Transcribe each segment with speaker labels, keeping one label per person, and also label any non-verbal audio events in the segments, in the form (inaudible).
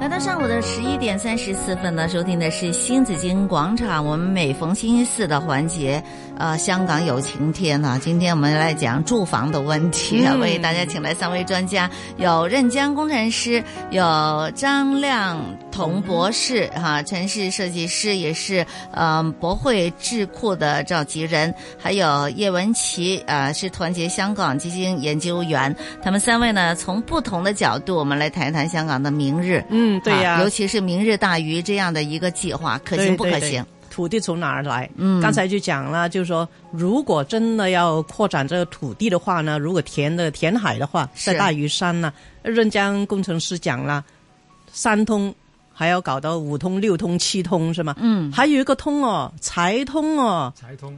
Speaker 1: 来到上午的十一点三十四分呢，收听的是新紫金广场。我们每逢星期四的环节，呃，香港有晴天啊。今天我们来讲住房的问题啊，
Speaker 2: 嗯
Speaker 1: 为大家请来三位专家，有任江工程师，有张亮同博士哈、啊，城市设计师，也是呃博汇智库的召集人，还有叶文琪啊、呃是团结香港基金研究员。他们三位呢，从不同的角度，我们来谈一谈香港的明日。
Speaker 2: 嗯，对呀、
Speaker 1: 啊尤其是“明日大鱼”这样的一个计划，可行不可
Speaker 2: 对对
Speaker 1: 行
Speaker 2: 对？土地从哪儿来？
Speaker 1: 嗯
Speaker 2: 刚才就讲了，就是说，如果真的要扩展这个土地的话呢，如果填的填海的话，
Speaker 1: 是
Speaker 2: 在大屿山呢，任江工程师讲了，三通还要搞到五通、六通、七通是吗？
Speaker 1: 嗯，
Speaker 2: 还有一个通哦，财通哦，
Speaker 3: 财通，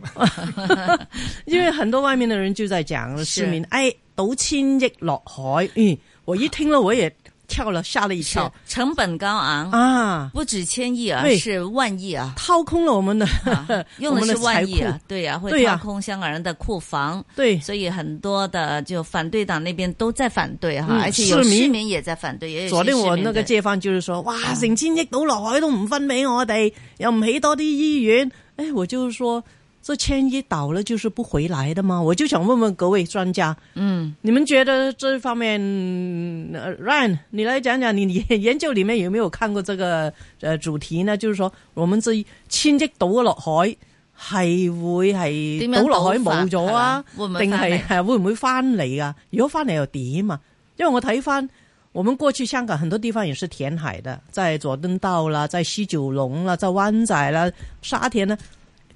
Speaker 2: (laughs) 因为很多外面的人就在讲
Speaker 1: 是
Speaker 2: 市民，哎，赌千亿落海，嗯，我一听了我也跳了，吓了一
Speaker 1: 是
Speaker 2: 跳
Speaker 1: 成本高昂，
Speaker 2: 啊，
Speaker 1: 不止千亿啊，
Speaker 2: 对
Speaker 1: 是万亿啊。
Speaker 2: 掏空了我们的、 (laughs)
Speaker 1: 啊用的
Speaker 2: 我
Speaker 1: 是
Speaker 2: 们的
Speaker 1: 万亿
Speaker 2: 财
Speaker 1: 啊
Speaker 2: 库，
Speaker 1: 对呀、
Speaker 2: 对
Speaker 1: 会
Speaker 2: 呀
Speaker 1: 掏空香港人的库房，
Speaker 2: 对。
Speaker 1: 所以很多的就反对党那边都在反对哈、
Speaker 2: 嗯
Speaker 1: 而且有
Speaker 2: 市民
Speaker 1: 市民也在反对，也有
Speaker 2: 昨
Speaker 1: 些
Speaker 2: 天
Speaker 1: 市
Speaker 2: 我
Speaker 1: 民
Speaker 2: 那個
Speaker 1: 的
Speaker 2: 街坊就是說，哇，成千億倒落海都唔分俾我哋，又唔起多啲醫院。哎，我就是說，這千億倒了就是不回來的嘛。我就想問問各位專家，
Speaker 1: 嗯，
Speaker 2: 你們覺得這方面、嗯呃、，Ryan，你來講講，你你研究裡面有沒有看過這個呃主題呢？就是說，我們這千億倒咗落海。係會
Speaker 1: 點
Speaker 2: 係
Speaker 1: 樣
Speaker 2: 倒落海
Speaker 1: 倒法
Speaker 2: 冇咗啊
Speaker 1: 係啦會唔？會
Speaker 2: 定
Speaker 1: 返嚟
Speaker 2: 係係會唔會翻嚟啊？如果翻嚟又點啊？因為我睇翻我们过去香港很多地方也是填海的，在佐敦道啦，在西九龙啦，在湾仔啦、沙田啦，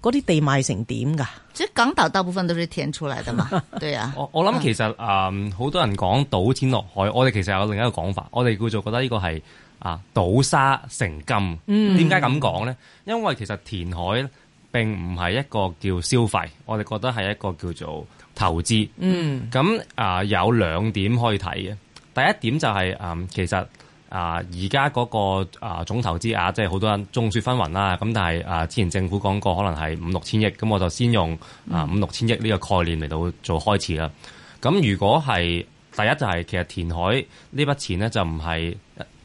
Speaker 2: 嗰啲地賣成點㗎？
Speaker 1: 这港岛大部分都是填出來的
Speaker 2: (laughs)
Speaker 1: 嘛，对呀、
Speaker 2: 哦
Speaker 3: 我我諗其實誒好、多人講賭錢落海，我哋其實有另一個講法，我哋叫做覺得呢個係啊賭沙成金。點解咁講呢？因為其實填海呢並唔係一個叫消費，我哋覺得係一個叫做投資。
Speaker 2: 嗯
Speaker 3: 咁啊、有兩點可以睇嘅。第一點就係、嗯其實啊而家嗰個啊、總投資額，即係好多人眾說紛紜啦。咁但係啊、之前政府講過可能係五六千億，咁我就先用啊
Speaker 2: 嗯
Speaker 3: 五六千億呢個概念嚟到做開始啦。咁如果係第一就係、其實填海呢筆錢咧就唔係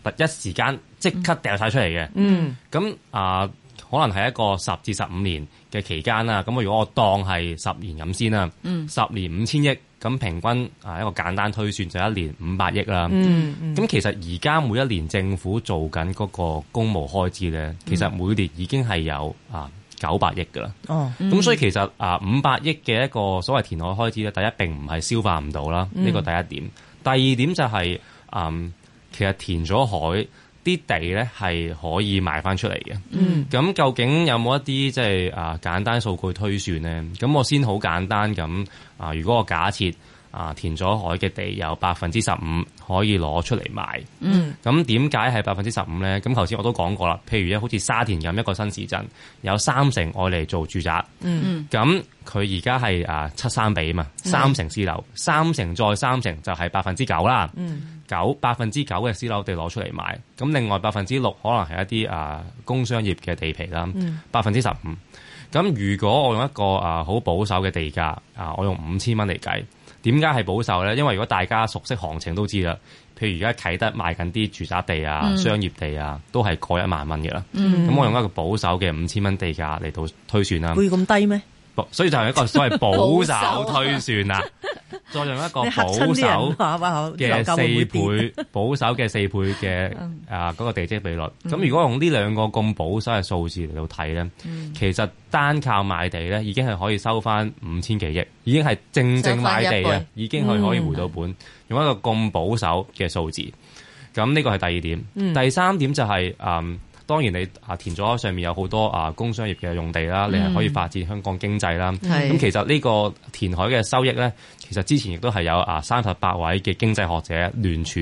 Speaker 3: 呃一時間即刻掉晒出嚟嘅。
Speaker 2: 嗯
Speaker 3: 咁啊、可能係一個十至十五年嘅期間啦。咁如果我當係十年咁先啦，
Speaker 1: 嗯
Speaker 3: 十年五千億，咁平均啊一個簡單推算就一年五百億啦。
Speaker 2: 嗯嗯
Speaker 3: 咁其實而家每一年政府做緊嗰個公務開支咧，其實每年已經係有啊九百億噶啦。
Speaker 2: 哦
Speaker 3: 咁、所以其實啊五百億嘅一個所謂填海開支咧，第一並唔係消化唔到啦，呢、個第一點。第二點就係、嗯，其實填咗海啲地咧係可以賣翻出嚟嘅。
Speaker 2: 嗯
Speaker 3: 咁究竟有冇一啲即係啊簡單數據推算呢？咁我先好簡單咁啊，如果我假設啊填咗海嘅地有百分之十五可以攞出嚟賣，
Speaker 1: 嗯，
Speaker 3: 咁點解係百分之十五呢？咁頭先我都講過啦，譬如咧好似沙田咁一個新市鎮，有三成愛嚟做住宅，
Speaker 2: 嗯
Speaker 3: 咁佢而家係啊七三比嘛，三成私樓，三成再三成就係百分之九啦。
Speaker 2: 嗯
Speaker 3: 九百分之九嘅私樓地攞出嚟賣，咁另外百分之六可能係一啲啊、工商業嘅地皮啦，
Speaker 2: 嗯
Speaker 3: 百分之十五。咁如果我用一個啊好、保守嘅地價啊，我用五千蚊嚟計，點解係保守呢？因為如果大家熟悉行情都知啦，譬如而家啟德賣緊啲住宅地啊、
Speaker 1: 嗯
Speaker 3: 商業地啊，都係過一萬蚊嘅啦。咁、
Speaker 2: 嗯，
Speaker 3: 我用一個保守嘅五千蚊地價嚟到推算啦，
Speaker 2: 會咁低咩？
Speaker 3: 所以就係一個所
Speaker 2: (laughs)
Speaker 3: 謂保
Speaker 1: 保
Speaker 3: 守
Speaker 1: 守
Speaker 3: 推算啦。再用一個
Speaker 2: 啊你嚇
Speaker 3: 哦保
Speaker 2: 親啲
Speaker 3: 守
Speaker 2: 人。啊話哇，樓
Speaker 3: 嘅
Speaker 2: 價會唔會嗯跌
Speaker 3: 四倍保守嘅四倍嘅啊嗰個地積比率。
Speaker 2: 嗯
Speaker 3: 咁如果用呢兩個咁保守嘅數字嚟到睇咧，
Speaker 1: 嗯
Speaker 3: 其實單靠賣地咧已經係可以收翻五千幾億，已經係正正賣
Speaker 1: 收
Speaker 3: 地
Speaker 1: 返一
Speaker 3: 啊
Speaker 1: 倍，
Speaker 3: 已經係可以回到本，用一
Speaker 1: 嗯
Speaker 3: 個咁保守嘅數字。咁呢個係第二點，第三點就係、嗯。當然你啊填咗上面有好多啊工商業嘅用地啦，你係可以發展香港經濟啦。
Speaker 1: 嗯係
Speaker 3: 咁其實呢個填海嘅收益咧，其實之前亦都係有啊三十八位嘅經濟學者聯署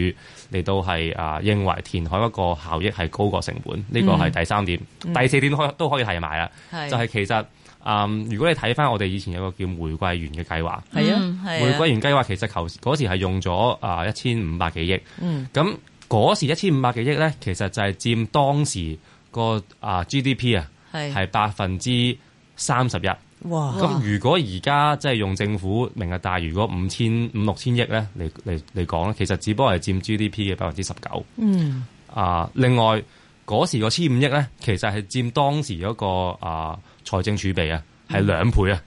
Speaker 3: 嚟到係啊認為填海嗰個效益係高過成本，呢個
Speaker 1: 嗯
Speaker 3: 係第三點。第四點可都可以提埋啦，
Speaker 1: 係
Speaker 3: 就係其實嗯如果你睇翻我哋以前有個叫玫瑰園嘅計劃。
Speaker 2: 係啊，
Speaker 1: 嗯係
Speaker 3: 玫
Speaker 1: 啊
Speaker 3: 瑰園計劃其實求嗰時係用咗啊一千五百幾億，
Speaker 2: 嗯
Speaker 3: 咁嗰時一千五百幾億咧，其實就係佔當時個啊 GDP 啊
Speaker 1: 係
Speaker 3: 係百分之三十一。
Speaker 2: 哇，
Speaker 1: 哇
Speaker 3: 咁如果而家即係用政府明日大嶼嗰五千五六千億咧嚟嚟嚟講咧，其實只不過係佔 GDP 嘅百分之十九。
Speaker 2: 嗯
Speaker 3: 啊，另外嗰時個千五億咧，其實係佔當時嗰、個啊財政儲備啊，係兩倍啊。
Speaker 2: 嗯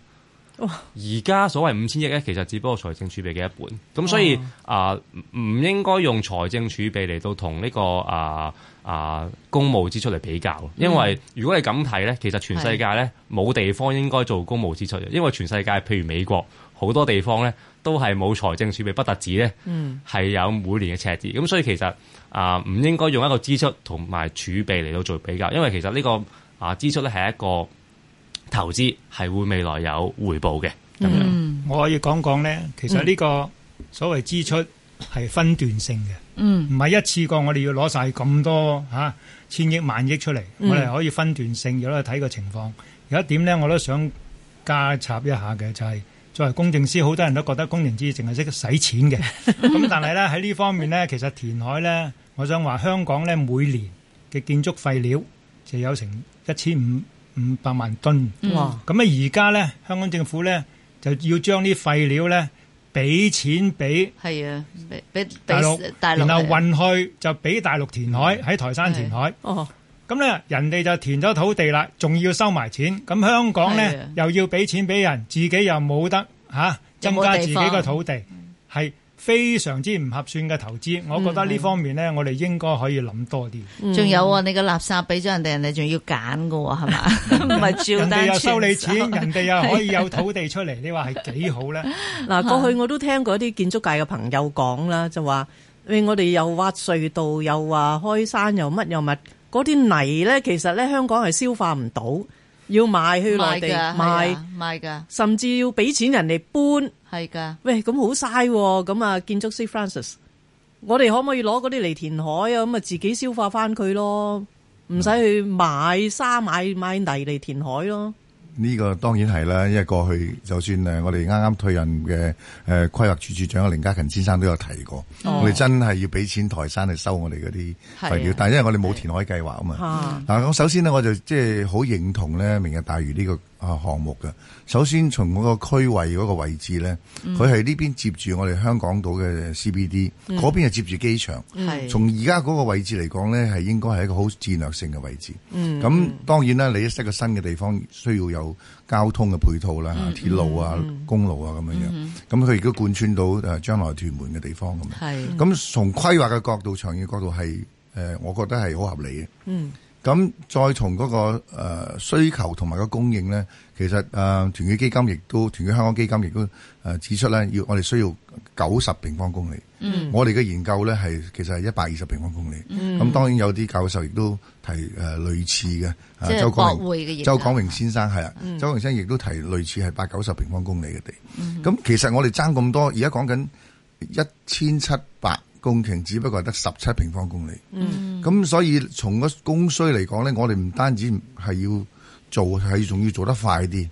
Speaker 2: 哇
Speaker 3: 而家所謂五千億咧，其實只不過財政儲備嘅一半。咁所
Speaker 2: 哦
Speaker 3: 以啊，唔唔應該用財政儲備嚟到同呢、個啊啊公務支出嚟比較，因
Speaker 2: 嗯
Speaker 3: 為如果你咁睇咧，其實全世界咧冇地方應該做公務支出嘅，因為全世界譬如美國好多地方咧都係冇財政儲備，不特止咧。
Speaker 2: 嗯，
Speaker 3: 係有每年嘅赤字，咁所以其實啊唔、應該用一個支出同埋儲備嚟到做比較，因為其實呢、個啊、支出咧係一個投資，係會未來有回報嘅咁樣。
Speaker 1: 嗯
Speaker 4: 我可以講講咧，其實呢個所謂支出係分段性嘅，
Speaker 1: 嗯
Speaker 4: 唔係一次過我哋要攞晒咁多嚇、啊千億萬億出嚟，
Speaker 2: 嗯
Speaker 4: 我哋可以分段性，有得睇個情況。有一點咧，我都想加插一下嘅，就係、作為工程師，好多人都覺得工程師淨係識使錢嘅，咁但係咧喺呢方面咧，其實填海咧，我想話香港咧每年嘅建築廢料就有成一千五五百萬噸。
Speaker 1: 嗯
Speaker 2: 哇，
Speaker 4: 咁啊，而家咧，香港政府咧就要將啲廢料咧俾錢俾
Speaker 1: 係啊，俾俾俾
Speaker 4: 大陸，
Speaker 1: 大啊陸嗯
Speaker 4: 然後
Speaker 1: 嘅
Speaker 4: 運去就俾大陸填海，喺台山填海。
Speaker 2: 哦，
Speaker 4: 咁咧，人哋就填咗土地啦，仲要收埋錢。咁香港
Speaker 1: 係
Speaker 4: 咧
Speaker 1: 啊
Speaker 4: 又要俾錢俾人，自己又冇得嚇、啊
Speaker 1: 又
Speaker 4: 增
Speaker 1: 冇
Speaker 4: 加
Speaker 1: 地
Speaker 4: 自己
Speaker 1: 方嗯
Speaker 4: 嘅土地，係非常之唔合算嘅投資。我覺得呢方面咧，我哋應該可以諗
Speaker 1: (laughs)
Speaker 4: 多啲。
Speaker 1: 仲有啊，你個垃圾俾咗人哋，人哋仲要揀㗎喎，係 (laughs) 嘛？唔係照
Speaker 4: 人哋
Speaker 1: 單
Speaker 4: 又收你
Speaker 1: 全
Speaker 4: 錢，人哋又可以
Speaker 1: (laughs)
Speaker 4: 有土地出嚟，你話係幾好咧？
Speaker 2: 嗱，過去我都聽過啲建築界嘅朋友講啦，就話：，喂，我哋又挖隧道，又話開山，又乜又乜，嗰啲泥咧，其實咧香港係消化唔到，要賣去內地
Speaker 1: 㗎係
Speaker 2: 賣，
Speaker 1: 啊賣㗎，
Speaker 2: 甚至要俾錢人哋搬。
Speaker 1: 係㗎。
Speaker 2: 喂，咁好嘥喎！咁啊，建築師 Francis，我哋可唔可以攞嗰啲嚟填海啊？咁啊，自己消化翻佢咯，唔使去買沙買買泥嚟填海咯。
Speaker 5: 呢個當然係啦，因為過去就算誒我哋啱啱退任嘅呃誒規劃處處長凌家勤先生都有提過，我哋真係要俾錢台山去收我哋嗰啲
Speaker 1: 係啊
Speaker 5: 廢料，但係因為我哋冇填海計劃啊嘛。
Speaker 1: 嗯
Speaker 2: 嚇，
Speaker 5: 嗱，咁首先呢，我就即係好認同咧明日大嶼呢個啊項目嘅。首先從嗰個區位嗰個位置咧，佢係呢邊接住我哋香港島嘅 CBD，嗰邊係接住機場。
Speaker 1: 係
Speaker 5: 從而家嗰個位置嚟講咧，係應該係一個好戰略性嘅位置。咁當然啦，你一識個新嘅地方，需要有交通嘅配套啦，鐵路啊、公路啊咁樣樣。咁佢亦都貫穿到誒將來屯門嘅地方咁樣。
Speaker 1: 係
Speaker 5: 咁從規劃嘅角度、長遠角度係誒、呃我覺得係好合理嘅。
Speaker 2: 嗯，
Speaker 5: 咁再從嗰、個、呃、需求同埋個供應咧，其實誒、呃、團結基金亦都團結香港基金亦都誒、呃指出咧，要我哋需要九十平方公里。
Speaker 1: 嗯
Speaker 5: 我哋嘅研究咧係其實係一百二十平方公里。咁、當然有啲教授亦都提誒、呃、類似嘅，呃
Speaker 1: 即係
Speaker 5: 周
Speaker 1: 博
Speaker 5: 國明。
Speaker 1: 會嘅研究
Speaker 5: 周廣榮先生係啊，周廣榮先生亦都提類似係八九十平方公里嘅地。咁、其實我哋爭咁多，而家講緊一千七百公頃，只不過係得十七平方公里。咁、所以從個供需嚟講咧，我哋唔單止係要做，係仲要做得快啲。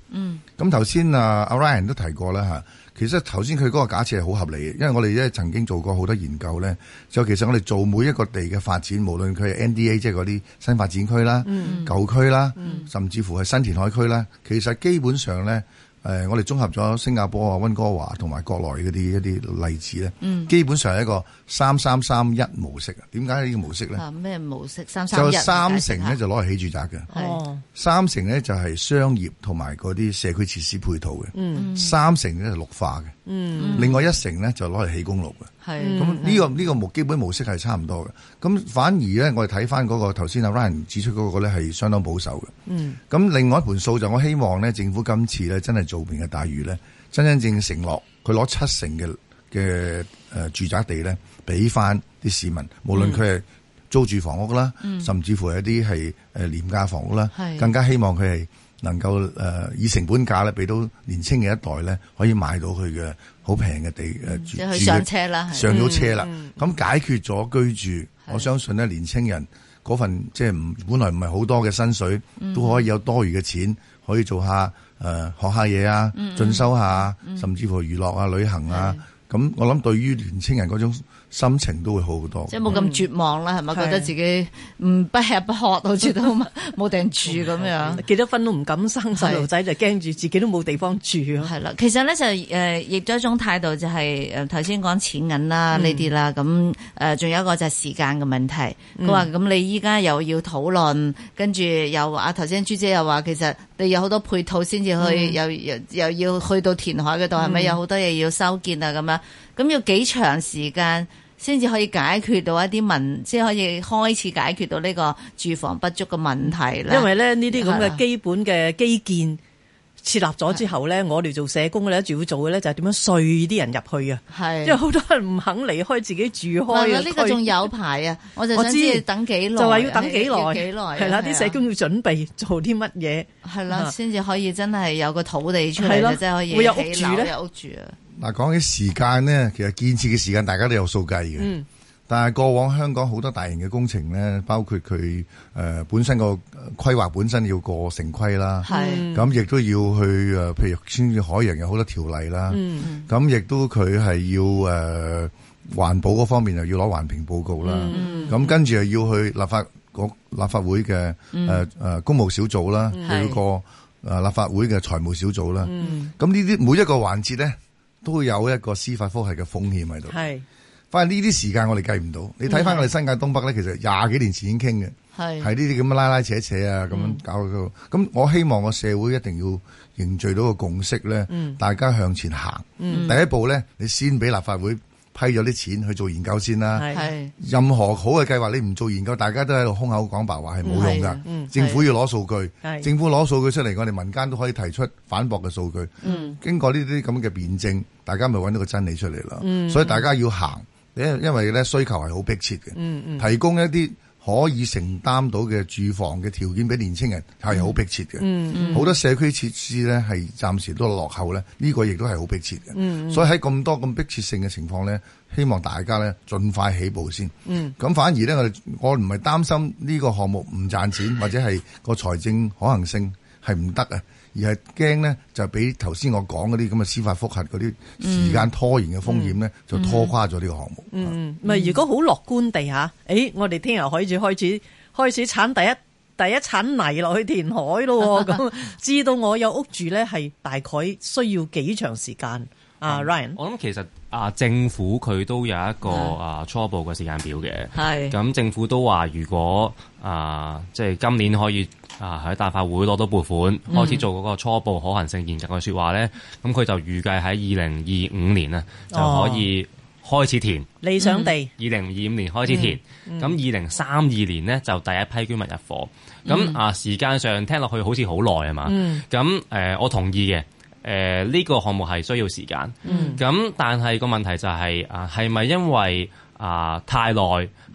Speaker 5: 咁頭先啊阿 Ryan 都提過啦嚇，其實頭先佢嗰個假設係好合理嘅，因為我哋咧曾經做過好多研究咧，就其實我哋做每一個地嘅發展，無論佢係 NDA 即係嗰啲新發展區啦、舊區啦，甚至乎係新填海區啦，其實基本上咧。誒、我哋綜合咗新加坡啊、温哥華同埋國內嗰啲一啲例子咧，基本上係一個三三三一模式啊。點解呢個模式咧？
Speaker 1: 啊咩模式三三
Speaker 5: 就
Speaker 1: 一
Speaker 5: 三成咧
Speaker 1: 就
Speaker 5: 就攞嚟起住宅嘅。
Speaker 1: 係
Speaker 2: 哦，
Speaker 5: 三成咧就係商業同埋嗰啲社區設施配套嘅，三成咧就綠化嘅，另外一成咧就攞嚟起公路嘅。
Speaker 1: 係
Speaker 5: 咁呢、個呢、個模基本模式係差唔多嘅。咁反而咧，我哋睇翻嗰個頭先阿 Ryan 指出嗰個咧係相當保守嘅。
Speaker 2: 嗯，
Speaker 5: 咁另外一盤數就我希望咧，政府今次咧真係做明嘅大嶼咧，真真正正承諾佢攞呃
Speaker 1: 嗯
Speaker 5: 七成嘅嘅誒住宅地咧，俾翻啲市民，無論佢係租住房屋啦，甚至乎係一啲係誒廉價房屋啦
Speaker 1: 係，
Speaker 5: 更加希望佢係能夠誒、呃以成本價咧，俾到年青嘅一代咧，可以買到佢嘅好平嘅地誒、呃住
Speaker 1: 即係去
Speaker 5: 住嘅
Speaker 1: 上車啦，係嗯
Speaker 5: 上咗車啦，咁、解決咗居住，我相信咧年青人嗰份即係唔本來唔係好多嘅薪水，都可以有多餘嘅錢，可以做下誒、呃、學下嘢啊，進修下，甚至乎娛樂啊、旅行啊，咁我諗對於年青人嗰種心情都會好好多。
Speaker 1: 即係冇咁絕望嗯啦，係咪？
Speaker 2: 係
Speaker 1: 覺得自己唔不吃不喝，好似都冇冇定住咁樣。
Speaker 2: 結咗婚都唔敢生細路仔，就驚住自己都冇地方住啊咯。
Speaker 1: 係啦，其實咧就誒，亦都一種態度，就係誒頭先講錢銀啦
Speaker 2: 嗯
Speaker 1: 呢啲啦，咁誒仲有一個就係時間嘅問題。佢話
Speaker 2: 嗯
Speaker 1: 咁你依家又要討論，跟住又話啊頭先朱姐又話其實你有好多配套先至
Speaker 2: 嗯
Speaker 1: 去，又又又要去到填海嗰度，係咪有好多嘢要修建啊咁樣？咁要幾長時間？先至可以解決到一啲問，先可以開始解決到呢個住房不足嘅問題啦。
Speaker 2: 因為咧呢啲咁
Speaker 1: 係
Speaker 2: 嘅基本嘅基建設立咗之後咧，我哋做社工咧，一定要做嘅咧就係點樣碎啲人入去啊！
Speaker 1: 係
Speaker 2: 因為好多人唔肯離開自己住
Speaker 1: 哇！
Speaker 2: 開嘅
Speaker 1: 呢個
Speaker 2: 區
Speaker 1: 仲有排
Speaker 2: (laughs)
Speaker 1: 啊，我就
Speaker 2: 我
Speaker 1: 想
Speaker 2: 知
Speaker 1: 知等幾耐，
Speaker 2: 就話要等幾耐，
Speaker 1: 要幾耐啊
Speaker 2: 係啦，啲社工要準備做啲乜嘢？
Speaker 1: 係啦，
Speaker 2: 啊
Speaker 1: 先至可以真係有個土地出嚟，
Speaker 2: 係咯
Speaker 1: 就真係可以
Speaker 2: 會有屋
Speaker 1: 起
Speaker 2: 住
Speaker 1: 樓
Speaker 2: 呢
Speaker 1: 有屋住啊，
Speaker 5: 嗱，講起時間咧，其實建設嘅時間大家都有數計嘅。
Speaker 2: 嗯
Speaker 5: 但係過往香港好多大型嘅工程咧，包括佢誒、呃本身個呃規劃本身要過城規啦，
Speaker 2: 嗯
Speaker 1: 係
Speaker 5: 咁亦都要去誒，呃譬如先至海洋有好多條例啦，咁亦、都佢係要誒、呃、環保嗰方面又要攞環評報告啦，咁、跟住又要去立法局立法會嘅誒誒公務小組啦，
Speaker 1: 係
Speaker 5: 佢個誒立法會嘅財務小組啦，咁呢啲每一個環節咧都有一個司法覆核嘅風險喺度。
Speaker 2: 係
Speaker 5: 反正呢啲時間我哋計唔到，你睇翻我哋新界東北咧，其實廿幾年前已經傾嘅，係
Speaker 1: 係
Speaker 5: 呢啲咁嘅拉拉扯扯啊，咁樣搞到咁。我希望個社會一定要凝聚到個共識咧，大家向前行。第一步咧，你先俾立法會批咗啲錢去做研究先啦。
Speaker 2: 係
Speaker 1: 係
Speaker 5: 任何好嘅計劃，你唔做研究，大家都喺度空口講白話係冇用㗎。
Speaker 2: 嗯
Speaker 5: 政府要攞數據，
Speaker 2: 係
Speaker 5: 政府攞數據出嚟，我哋民間都可以提出反駁嘅數據。嗯、經過呢啲咁嘅辯證，大家咪揾到個真理出嚟啦。所以大家要行，因因為咧需求係好迫切嘅。提供一啲可以承擔到嘅住房嘅條件俾年青人係好迫切嘅。好、多社區設施咧係暫時都落後咧，呢、個亦都係好迫切嘅。所以喺咁多咁迫切性嘅情況咧，希望大家咧盡快起步先。咁、反而咧，我哋我唔係擔心呢個項目唔賺錢，或者係個財政可行性係唔得啊。而係驚咧，就俾頭先我講嗰啲咁嘅司法覆核嗰啲時間拖延嘅風險咧，就拖垮咗呢個項目。
Speaker 2: 嗯，咪如果好樂觀地嚇，誒，我哋聽日可以開始開始產第一第一產泥落去填海咯喎，咁至到我有屋住咧，係大概需要幾長時間啊，Ryan？À,
Speaker 3: 我諗其實啊，政府佢都有一個啊初步嘅時間表嘅。
Speaker 1: 係
Speaker 3: 咁政府都話，如果啊，即係今年可以啊喺大法會攞到撥款，開始做嗰個初步可行性研究嘅説話咧，咁佢就預計喺二零二五年啊就
Speaker 2: 哦
Speaker 3: 可以開始填，
Speaker 2: 理想地
Speaker 3: 二零二五年開始填，咁二零三二年呢，就第一批居民入伙。咁啊時間上聽落去好似好耐係啊嘛？咁誒、呃我同意嘅。誒呢、個項目係需要時間，咁、但係個問題就係、啊係咪因為啊、太耐，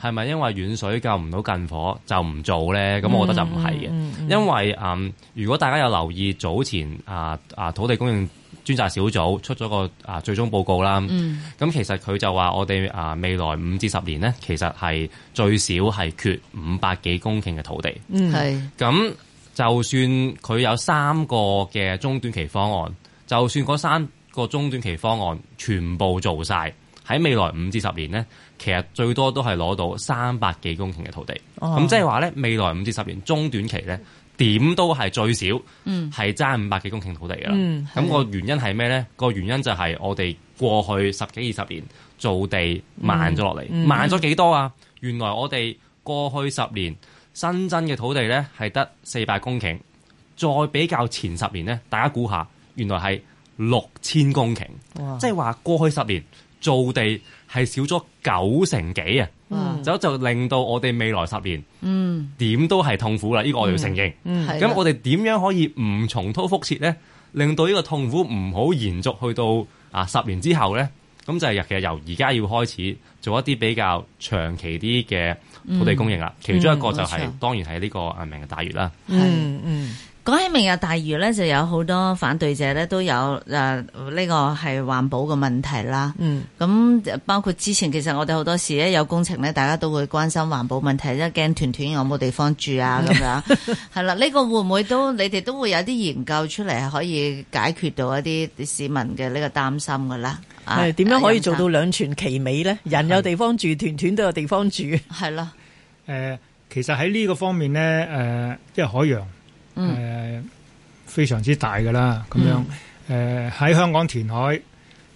Speaker 3: 係咪因為遠水救唔到近火就唔做咧？咁我覺得就唔係嘅，因為嗯如果大家有留意早前啊啊土地供應專責小組出咗個啊最終報告啦，咁、其實佢就話我哋啊未來五至十年咧，其實係最少係缺五百幾公頃嘅土地。
Speaker 2: 嗯
Speaker 1: 係
Speaker 3: 咁就算佢有三個嘅中短期方案，就算嗰三個中短期方案全部做晒，喺未來五至十年呢，其實最多都係攞到三百幾公頃嘅土地。
Speaker 2: 哦
Speaker 3: 咁即係話呢，未來五至十年中短期呢，點都係最少係爭五百幾公頃土地㗎啦。
Speaker 2: 嗯
Speaker 3: 咁、個原因係咩呢？個原因就係我哋過去十幾二十年造地慢咗落嚟，慢咗幾多啊？原來我哋過去十年新增嘅土地呢係得四百公頃，再比較前十年呢，大家估下，原來係六千公頃，
Speaker 2: 哇
Speaker 3: 即係話過去十年造地係少咗九成幾啊！
Speaker 1: 哇
Speaker 3: 就就令到我哋未來十年
Speaker 1: 嗯
Speaker 3: 點都係痛苦啦，呢、個我哋要承認。
Speaker 2: 嗯
Speaker 1: 係
Speaker 3: 咁
Speaker 1: 啦
Speaker 3: 我哋點樣可以唔重蹈覆轍咧？令到呢個痛苦唔好延續去到啊十年之後咧？咁就係由其實由而家要開始做一啲比較長期啲嘅土地供應啦。其中一個就係、
Speaker 1: 嗯冇錯
Speaker 3: 當然係呢個誒明日大嶼啦。
Speaker 2: 嗯嗯
Speaker 1: 講起明日大嶼咧，就有好多反對者咧都有誒呢、個係環保嘅問題啦。
Speaker 2: 嗯
Speaker 1: 咁呃包括之前，其實我哋好多時咧有工程咧，大家都會關心環保問題，即係驚團團有冇地方住
Speaker 2: (laughs)
Speaker 1: 啊咁樣。係啦，呢個會唔會都你哋都會有啲研究出嚟，係可以解決到一啲市民嘅呢個擔心噶啦？啊
Speaker 2: 係點樣可以做到兩全其美咧？人有地方住，團團都有地方住。
Speaker 1: 係啦？
Speaker 4: 誒、呃其實喺呢個方面咧，誒、即係海洋，誒、
Speaker 1: 嗯
Speaker 4: 非常之大噶啦，咁呃樣誒喺、
Speaker 2: 嗯
Speaker 4: 香港填海，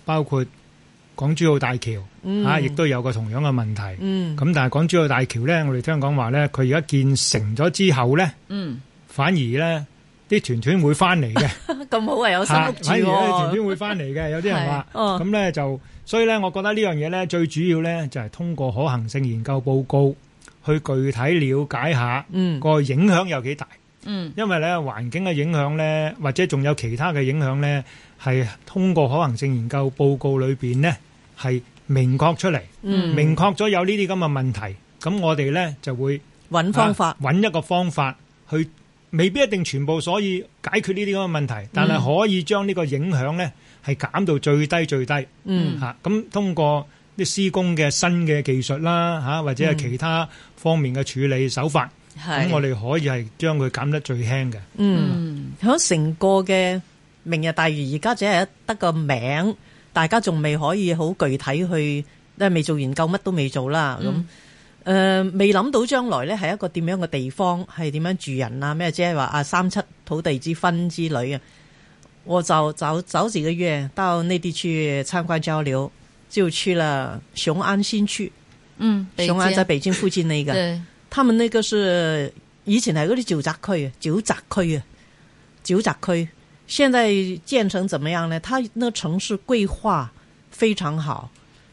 Speaker 4: 包括港珠澳大橋
Speaker 2: 嗯
Speaker 4: 啊，亦都有個同樣嘅問題。
Speaker 2: 嗯
Speaker 4: 咁但係港珠澳大橋咧，我哋聽講話咧，佢而家建成咗之後咧，
Speaker 1: 嗯，
Speaker 4: 反而咧啲團團會翻
Speaker 2: (laughs)
Speaker 4: 嚟嘅，
Speaker 2: 咁好啊，有心
Speaker 4: 嚇
Speaker 2: 屋
Speaker 4: 反而
Speaker 2: 住
Speaker 4: 咧團
Speaker 2: 喎。
Speaker 4: 團會翻嚟嘅，有啲人
Speaker 2: (laughs)
Speaker 4: 話
Speaker 2: 係。哦
Speaker 4: 咁咧就，所以咧，我覺得呢樣嘢咧，最主要咧就係通過可行性研究報告去具體了解下
Speaker 2: 嗯
Speaker 4: 個影響有幾大，
Speaker 1: 嗯
Speaker 4: 因為咧環境嘅影響咧，或者仲有其他嘅影響咧，係通過可行性研究報告裏邊咧係明確出嚟，
Speaker 2: 嗯，
Speaker 4: 明確咗有呢啲咁嘅問題，咁我哋咧就會
Speaker 2: 揾方法
Speaker 4: 啊。揾一個方法去，未必一定全部，所以解決呢啲咁嘅問題，但係可以將呢個影響咧係減到最低最低。
Speaker 2: 嗯
Speaker 4: 嚇，咁通過啲施工嘅新嘅技術啦嚇，或者係其他方面嘅處理手法，咁、
Speaker 1: 係
Speaker 4: 我哋可以係將佢減得最輕嘅。
Speaker 2: 嗯。
Speaker 1: 嗯
Speaker 2: 喺成個嘅明日大嶼，而家只係得個名，大家仲未可以好具體去，即係未做研究，乜都未做啦。
Speaker 1: 嗯
Speaker 2: 咁誒、未諗到將來咧係一個點樣嘅地方，係點樣住人啊？咩即係話啊三七土地之分之類啊。我就走走幾個月到內地去參觀交流，就去了雄安新區，
Speaker 1: 嗯，北
Speaker 2: 雄安
Speaker 1: 京
Speaker 2: 在北京附近那個。
Speaker 1: 對
Speaker 2: 他們那個是以前係嗰啲住宅區啊，住宅區啊，住宅區。現在建成怎麼樣呢？它那城市規劃非常好，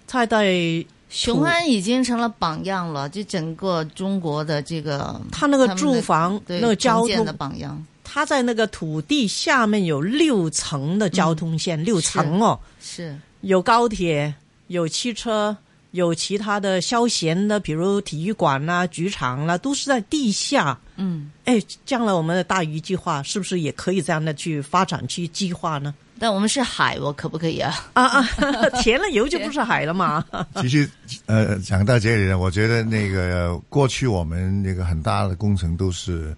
Speaker 2: 它在
Speaker 1: 雄安已經成了榜樣了，就整個中國的這個
Speaker 2: 它那個
Speaker 1: 他們
Speaker 2: 住
Speaker 1: 的
Speaker 2: 房、
Speaker 1: 對
Speaker 2: 那個交
Speaker 1: 城建的
Speaker 2: 通，
Speaker 1: 榜樣，
Speaker 2: 它在那個土地下面有六層的交通
Speaker 1: 嗯
Speaker 2: 線，六層哦，
Speaker 1: 是
Speaker 2: 有高鐵，有汽車，有其他的消閒的，比如體育啊館啦、劇場啦、都是在地下。
Speaker 1: 嗯。
Speaker 2: 哎，将来我们的大鱼计划是不是也可以这样的去发展去计划呢？
Speaker 1: 但我們是海，我可不可以啊？
Speaker 2: 啊啊， (laughs) 填了油就不是海了嘛？
Speaker 5: (laughs) 其实，呃，讲到这里呢，我觉得那个过去我们那个很大的工程都是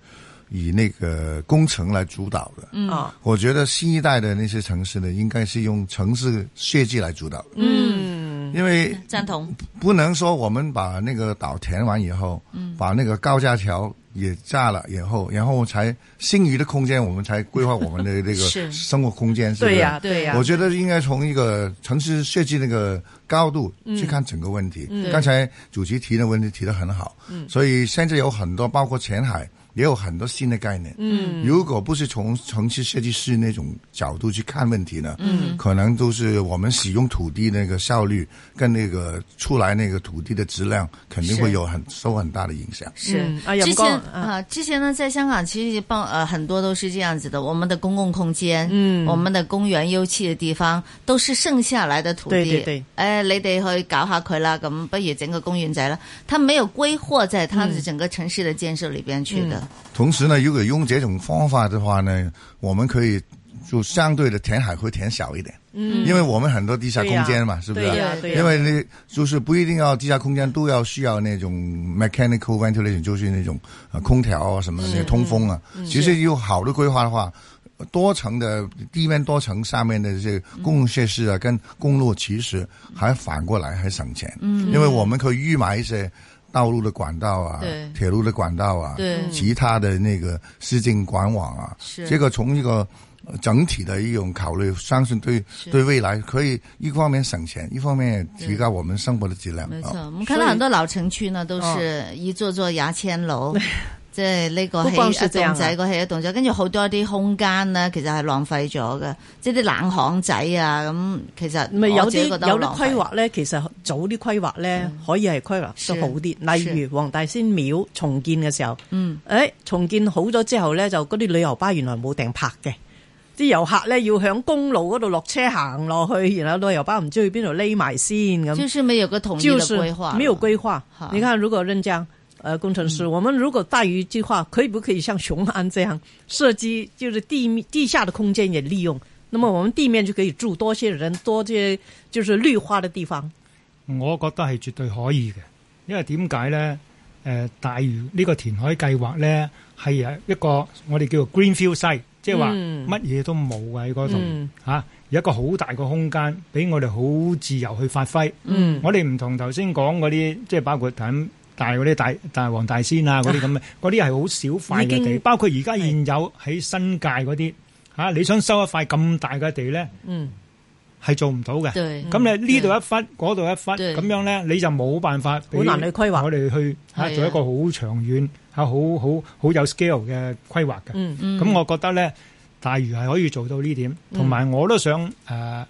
Speaker 5: 以那个工程来主导的。嗯，
Speaker 2: 啊，
Speaker 5: 我觉得新一代的那些城市呢，应该是用城市设计来主导的，
Speaker 1: 嗯，
Speaker 5: 因为
Speaker 1: 贊同。
Speaker 5: 不能说我们把那个岛填完以后，嗯，把那个高架桥也炸了以后，然后才剩余的空间我们才规划我们的这
Speaker 1: 是
Speaker 5: 个生活空间，是不
Speaker 2: 对
Speaker 5: 是？
Speaker 2: 呀、
Speaker 1: 对
Speaker 2: 对呀、
Speaker 5: 我觉得应该从一个城市设计那个高度去看整个问题。
Speaker 1: 对
Speaker 5: 刚才主席提的问题提得很好，所以现在有很多，包括前海也有很多新的概念。嗯，如果不是从城市设计师那种角度去看问题呢，嗯，可能都是我们使用土地那个效率跟那个出来那个土地的质量肯定
Speaker 1: 是
Speaker 5: 会有很受很大的影响。
Speaker 1: 是
Speaker 2: 嗯，啊，阳
Speaker 1: 之
Speaker 2: 光
Speaker 1: 前
Speaker 2: 啊，
Speaker 1: 啊，之前呢，在香港其实帮呃很多都是这样子的，我们的公共空间，嗯，我们的公园幽憩的地方，都是剩下来的土地。
Speaker 2: 对对对
Speaker 1: 哎，你哋去搞下佢啦，咁不如整个公园仔啦，它没有规划在它
Speaker 2: 嗯
Speaker 1: 的整个城市的建设里边去的。
Speaker 5: 同时呢，如果用这种方法的话呢，我们可以就相对的填海会填小一点，嗯，因为我们很多地下空间嘛，是不是？
Speaker 2: 对呀、对呀、
Speaker 5: 因为那就是不一定要地下空间都要需要那种 mechanical ventilation，就是那种呃空调啊什么那些通风啊。
Speaker 2: 嗯
Speaker 5: 其实有好的规划的话，多层的地面多层下面的这些公共设施啊，跟公路其实还反过来还省钱，嗯，因为我们可以预埋一些。道路的管道啊
Speaker 1: 对，
Speaker 5: 铁路的管道啊，
Speaker 1: 对
Speaker 5: 其他的那个市政管网啊，
Speaker 1: 是
Speaker 5: 这个从一个呃整体的一种考虑，相信对对未来可以一方面省钱，一方面也提高我们生活的质量。
Speaker 1: 没
Speaker 5: 啊
Speaker 1: 错，我们看到很多老城区呢，都是一座座牙籤樓，
Speaker 2: (laughs)
Speaker 1: 即係呢個
Speaker 2: 啊不光
Speaker 1: 起
Speaker 2: 是
Speaker 1: 一
Speaker 2: 這樣啊
Speaker 1: 棟仔，個起一棟仔，跟住好多啲空間呢，其實係浪費咗嘅，即係啲冷巷仔啊，咁其實
Speaker 2: 咪
Speaker 1: 我
Speaker 2: 有
Speaker 1: 自己
Speaker 2: 啲
Speaker 1: 覺得好
Speaker 2: 有啲
Speaker 1: 浪費嗯
Speaker 2: 規劃咧，其實早啲規劃咧，可以係規劃得好啲。
Speaker 1: 是
Speaker 2: 例如黃大仙廟重建嘅時候，
Speaker 1: 嗯，
Speaker 2: 誒重建好咗之後咧，就嗰啲旅遊巴原來冇埞泊嘅，啲遊客咧要喺公路嗰度落車行落去，然後旅遊巴唔知去邊度匿埋先
Speaker 1: 嗯
Speaker 2: 咁。
Speaker 1: 就是没有个统一
Speaker 2: 就
Speaker 1: 的
Speaker 2: 是
Speaker 1: 规划了，
Speaker 2: 没有规划
Speaker 1: 好。
Speaker 2: 你看，如果任江呃工程
Speaker 1: 嗯
Speaker 2: 师，我们如果大于计划，可以不可以像雄安这样设计，就是地面地下的空间也利用？那么我们地面就可以住多些人，多些就是绿化的地方。
Speaker 4: 我覺得係絕對可以嘅，因為點解呢？誒、大嶼呢個填海計劃呢，係誒一個我哋叫做 greenfield site，即係話
Speaker 2: 嗯
Speaker 4: 乜嘢都冇嘅喺嗰度
Speaker 2: 嗯
Speaker 4: 嚇，啊有一個好大個空間俾我哋好自由去發揮。
Speaker 2: 嗯
Speaker 4: 我哋唔同頭先講嗰啲，即係包括咁大嗰啲大大王大仙啊嗰啲咁嘅，嗰啲係好少塊嘅
Speaker 2: 已
Speaker 4: 地，
Speaker 2: 經
Speaker 4: 包括而家現有喺新界嗰啲嚇，你想收一塊咁大嘅地呢，
Speaker 2: 嗯，
Speaker 4: 係做唔到嘅。
Speaker 1: 对，
Speaker 4: 咁你呢度一忽，嗰度一忽，
Speaker 1: 對
Speaker 4: 咁樣咧，你就冇辦法俾
Speaker 2: 好難去規劃
Speaker 4: 我哋去
Speaker 1: 係啊
Speaker 4: 啊做一個好長遠嚇，好好好有 scale 嘅規劃嘅。
Speaker 2: 嗯
Speaker 1: 嗯
Speaker 4: 咁我覺得咧，大嶼係可以做到呢點，同埋我都想誒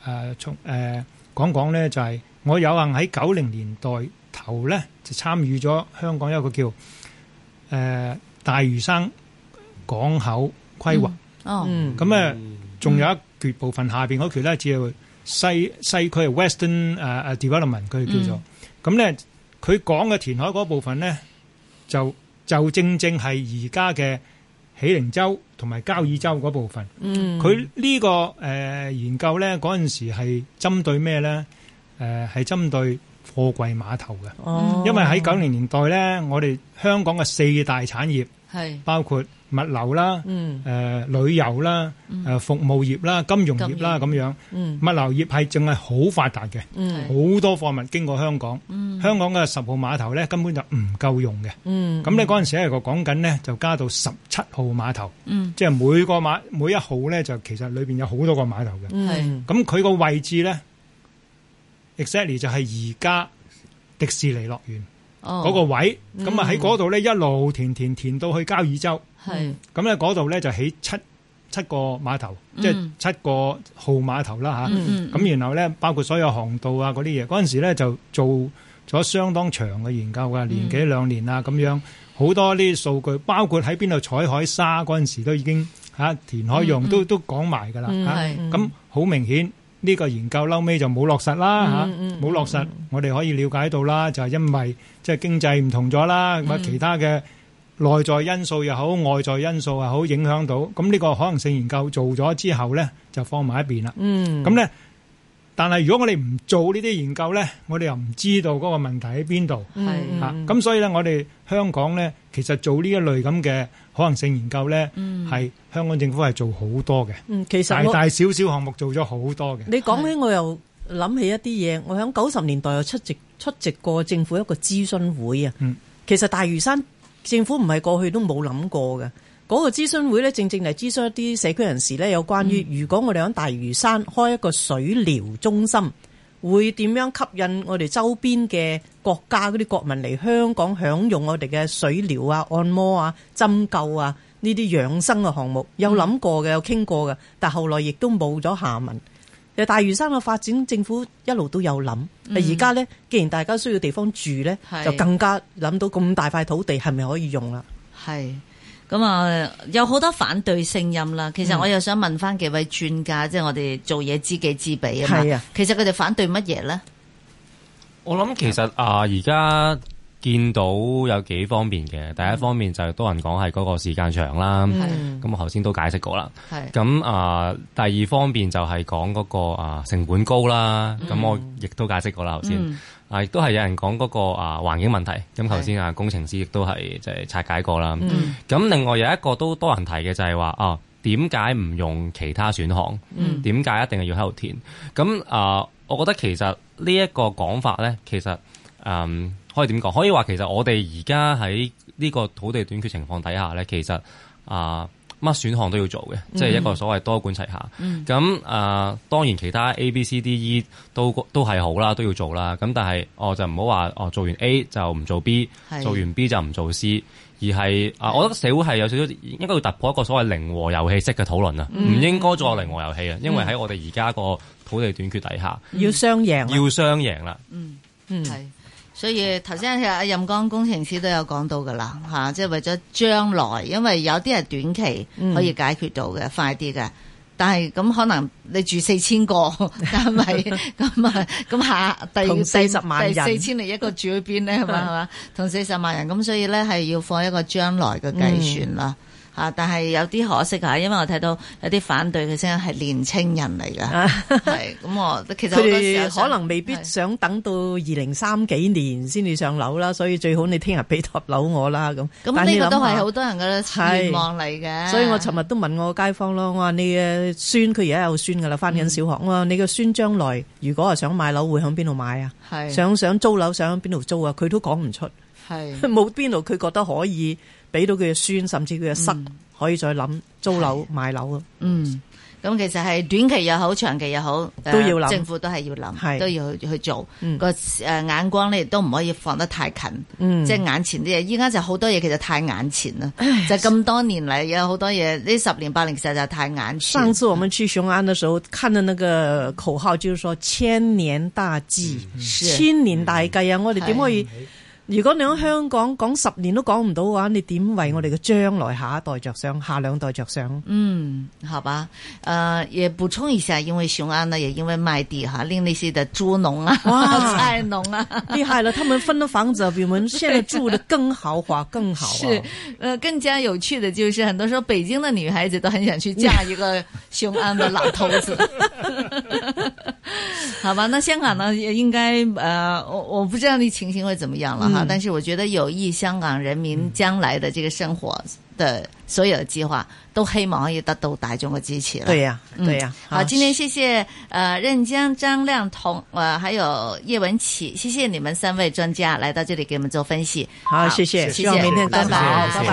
Speaker 4: 誒從誒講講咧，就係我有幸喺九零年代頭咧就參與咗香港一個叫誒大嶼山港口規劃。
Speaker 1: 哦，
Speaker 2: 嗯
Speaker 4: 咁誒，仲有一橛部分下邊嗰橛咧，只係西西區 Western 誒、誒 Development 佢哋叫
Speaker 2: 嗯
Speaker 4: 做。咁咧、佢講嘅填海嗰部分咧，就就正正係而家嘅喜靈洲同埋交椅洲嗰部分。
Speaker 2: 嗯
Speaker 4: 佢呢、個誒、研究咧，嗰陣時係針對咩咧？誒、係針對貨櫃碼頭嘅，
Speaker 2: 哦
Speaker 4: 因為喺九零年代咧，我哋香港嘅四大產業
Speaker 1: 系
Speaker 4: 包括物流啦。
Speaker 2: 嗯
Speaker 4: 誒、呃旅遊啦、誒、服務業啦、金融業啦咁
Speaker 1: 金
Speaker 4: 樣，
Speaker 2: 嗯
Speaker 4: 物流業係仲係好發達嘅，
Speaker 2: 嗯
Speaker 4: 好多貨物經過香港。香港嘅十號碼頭咧根本就唔夠用嘅，
Speaker 2: 嗯
Speaker 4: 咁咧嗰陣時係講緊呢，就加到十七號碼頭，
Speaker 1: 嗯
Speaker 4: 即係每個碼每一號咧就其實裏邊有好多個碼頭嘅。
Speaker 2: 嗯
Speaker 4: 咁佢個位置咧，exactly 就係而家迪士尼樂園
Speaker 1: 哦
Speaker 4: 嗰個位，咁啊喺嗰度咧一路填填填到去交椅洲。
Speaker 1: 系
Speaker 4: 咁咧嗰度咧就起七七個碼頭，
Speaker 1: 嗯
Speaker 4: 即係七個號碼頭啦吓，
Speaker 1: 嗯
Speaker 4: 咁、然後咧包括所有航道啊嗰啲嘢，嗰陣時咧就做咗相當長嘅研究㗎，年幾兩年啊咁樣，好多呢啲數據，包括喺邊度採海沙嗰陣時都已經嚇、啊填海用、都都講埋㗎啦
Speaker 2: 嗯
Speaker 4: 嚇。
Speaker 1: 系
Speaker 4: 咁好、明顯呢、個研究嬲尾就冇落實啦嚇，冇、
Speaker 2: 嗯嗯
Speaker 4: 落實，我哋可以了解到啦，就係、因為即係經濟唔同咗啦，咁啊、其他嘅。內在因素又好，外在因素又好，影響到咁呢個可能性研究做咗之後呢，就放埋一邊啦。
Speaker 2: 嗯
Speaker 4: 咁呢，但係如果我哋唔做呢啲研究呢，我哋又唔知道嗰個問題喺邊度
Speaker 1: 系
Speaker 4: 嚇。啊咁、所以呢，我哋香港呢，其實做呢一類咁嘅可能性研究呢，係、香港政府係做好多嘅，
Speaker 2: 嗯，其
Speaker 4: 大
Speaker 2: 實我
Speaker 4: 大小小項目做咗好多嘅。
Speaker 2: 你講起我又諗起一啲嘢，我喺九十年代又出席出席過政府一個諮詢會啊。
Speaker 4: 嗯
Speaker 2: 其實大嶼山政府唔係過去都冇諗過嘅，嗰、個諮詢會咧，正正係諮詢一啲社區人士咧，有關於如果我哋喺大嶼山開一個水療中心，會點樣吸引我哋周邊嘅國家嗰啲國民嚟香港享用我哋嘅水療啊、按摩啊、針灸啊呢啲養生嘅項目，有諗過嘅，有傾過嘅，但後來亦都冇咗下文。其實大嶼山嘅發展，政府一路都有諗。而家呢，既然大家需要地方住呢，
Speaker 1: 係
Speaker 2: 就更加諗到咁大塊土地係咪可以用啦？
Speaker 1: 系。咁啊，有好多反對聲音啦。其
Speaker 2: 嗯
Speaker 1: 實我又想問翻幾位專家，即係我哋做嘢知己知彼啊嘛。
Speaker 2: 係啊
Speaker 1: 其實佢哋反對乜嘢咧？
Speaker 3: 我諗其實啊，而家見到有幾方面嘅，第一方面就係多人講係嗰個時間長啦，
Speaker 1: 嗯
Speaker 3: 咁我頭先都解釋過啦。
Speaker 1: 係
Speaker 3: 咁啊，第二方面就係講嗰個啊成本高啦，咁我亦都解釋過啦頭先
Speaker 1: 嗯。
Speaker 3: 啊，亦都係有人講嗰個啊環境問題，咁頭先啊工程師亦都係即係拆解過啦。咁另外有一個都多人提嘅就係話啊，點解唔用其他選項？
Speaker 1: 嗯
Speaker 3: 點解一定係要喺度填？咁啊、我覺得其實呢一個講法咧，其實嗯可以點講？可以話其實我哋而家喺呢個土地短缺情況底下咧，其實啊乜、選項都要做嘅，即係一個所謂多管齊下。咁啊、當然其他 A、B、C、D、E 都都係好啦，都要做啦。咁但係我就唔好話哦，做完 A 就唔做 B，
Speaker 1: 係
Speaker 3: 做完 B 就唔做 C。而係啊，我覺得社會係有少少應該要突破一個所謂零和遊戲式嘅討論啊，唔、應該再零和遊戲啊，因為喺我哋而家個土地短缺底下，
Speaker 2: 要雙贏啦。
Speaker 3: 要雙贏啦。
Speaker 2: 嗯
Speaker 1: 係，所以頭先阿任江工程師都有講到噶啦，吓、
Speaker 2: 嗯
Speaker 1: 即係為咗將來，因為有啲係短期可以解決到嘅，快啲嘅。但係咁可能你住四千
Speaker 2: (laughs)
Speaker 1: 個單位，咁啊咁下第
Speaker 2: 同
Speaker 1: 第
Speaker 2: 40萬人
Speaker 1: 第四千零一個住去邊咧係嘛係嘛？同四十萬人咁，所以咧係要放一個將來嘅計算啦。
Speaker 2: 嗯
Speaker 1: 啊！但係有啲可惜嚇，因為我睇到有啲反對嘅聲音係年青人嚟嘅，係咁我其實好多
Speaker 2: 啊佢
Speaker 1: 時候
Speaker 2: 哋
Speaker 1: 想
Speaker 2: 可能未必
Speaker 1: 係
Speaker 2: 想等到二零三幾年先至上樓啦，所以最好你聽日俾塔樓我啦咁。
Speaker 1: 咁
Speaker 2: 但
Speaker 1: 呢
Speaker 2: 你
Speaker 1: 個都
Speaker 2: 諗
Speaker 1: 係
Speaker 2: 下
Speaker 1: 好多人嘅
Speaker 2: 係
Speaker 1: 願望嚟嘅。
Speaker 2: 所以我尋日都問我街坊咯，我話你嘅孫佢而家有孫噶啦，翻緊小學。我話你嘅孫將來如果係想買樓，會響邊度買啊？
Speaker 1: 係
Speaker 2: 想想租樓，想響邊度租啊？佢都講唔出，
Speaker 1: 係
Speaker 2: (laughs) 冇邊度佢覺得可以俾到佢嘅孫，甚至佢嘅室可以再諗租樓買樓啊。
Speaker 1: 嗯，咁其實係短期又好，長期又好，呃
Speaker 2: 都要諗
Speaker 1: 政府都係要諗，
Speaker 2: 係
Speaker 1: 都要去去做
Speaker 2: 嗯
Speaker 1: 個誒眼光咧，亦都唔可以放得太近，
Speaker 2: 嗯
Speaker 1: 即係眼前啲嘢。依家就好多嘢其實太眼前啦，就咁多年嚟有好多嘢，呢十年八年其實就係太眼前
Speaker 2: 上。次我們去雄安的時候，看到那個口號就是說千年大計，
Speaker 1: 是
Speaker 2: 千年大計啊！我哋點可以？如果你喺香港講十年都講唔到嘅話，你點為我哋嘅將來下一代着想，下兩代着想？
Speaker 1: 嗯，好吧，呃，也補充一下，因為雄安呢，也因為賣地哈，令那些的豬農啊、(laughs)
Speaker 2: 哇
Speaker 1: 菜農啊，
Speaker 2: 厲害了，他們分的房子比我們現在住的更豪華、更好啊！
Speaker 1: 是，呃，更加有趣的就是，很多时候北京的女孩子都很想去嫁一
Speaker 2: (laughs)
Speaker 1: 个雄安的老头子。 (laughs) 好吧，那香港呢，
Speaker 2: 嗯
Speaker 1: 也应该呃，我我不知道那情形会怎么样了哈，
Speaker 2: 嗯
Speaker 1: 但是我觉得有益香港人民将来的这个生活的所有的计划，都希望可以得到大众嘅支持了。
Speaker 2: 對呀、
Speaker 1: 嗯
Speaker 2: 對呀、啊
Speaker 1: 好，今天谢谢呃任江、张亮同呃还有叶文琪，谢谢你们三位专家来到这里给我们做分析。
Speaker 2: 好，谢谢，
Speaker 1: 谢
Speaker 2: 希望明天
Speaker 1: 拜
Speaker 2: 更好，
Speaker 1: 拜，
Speaker 2: 拜拜。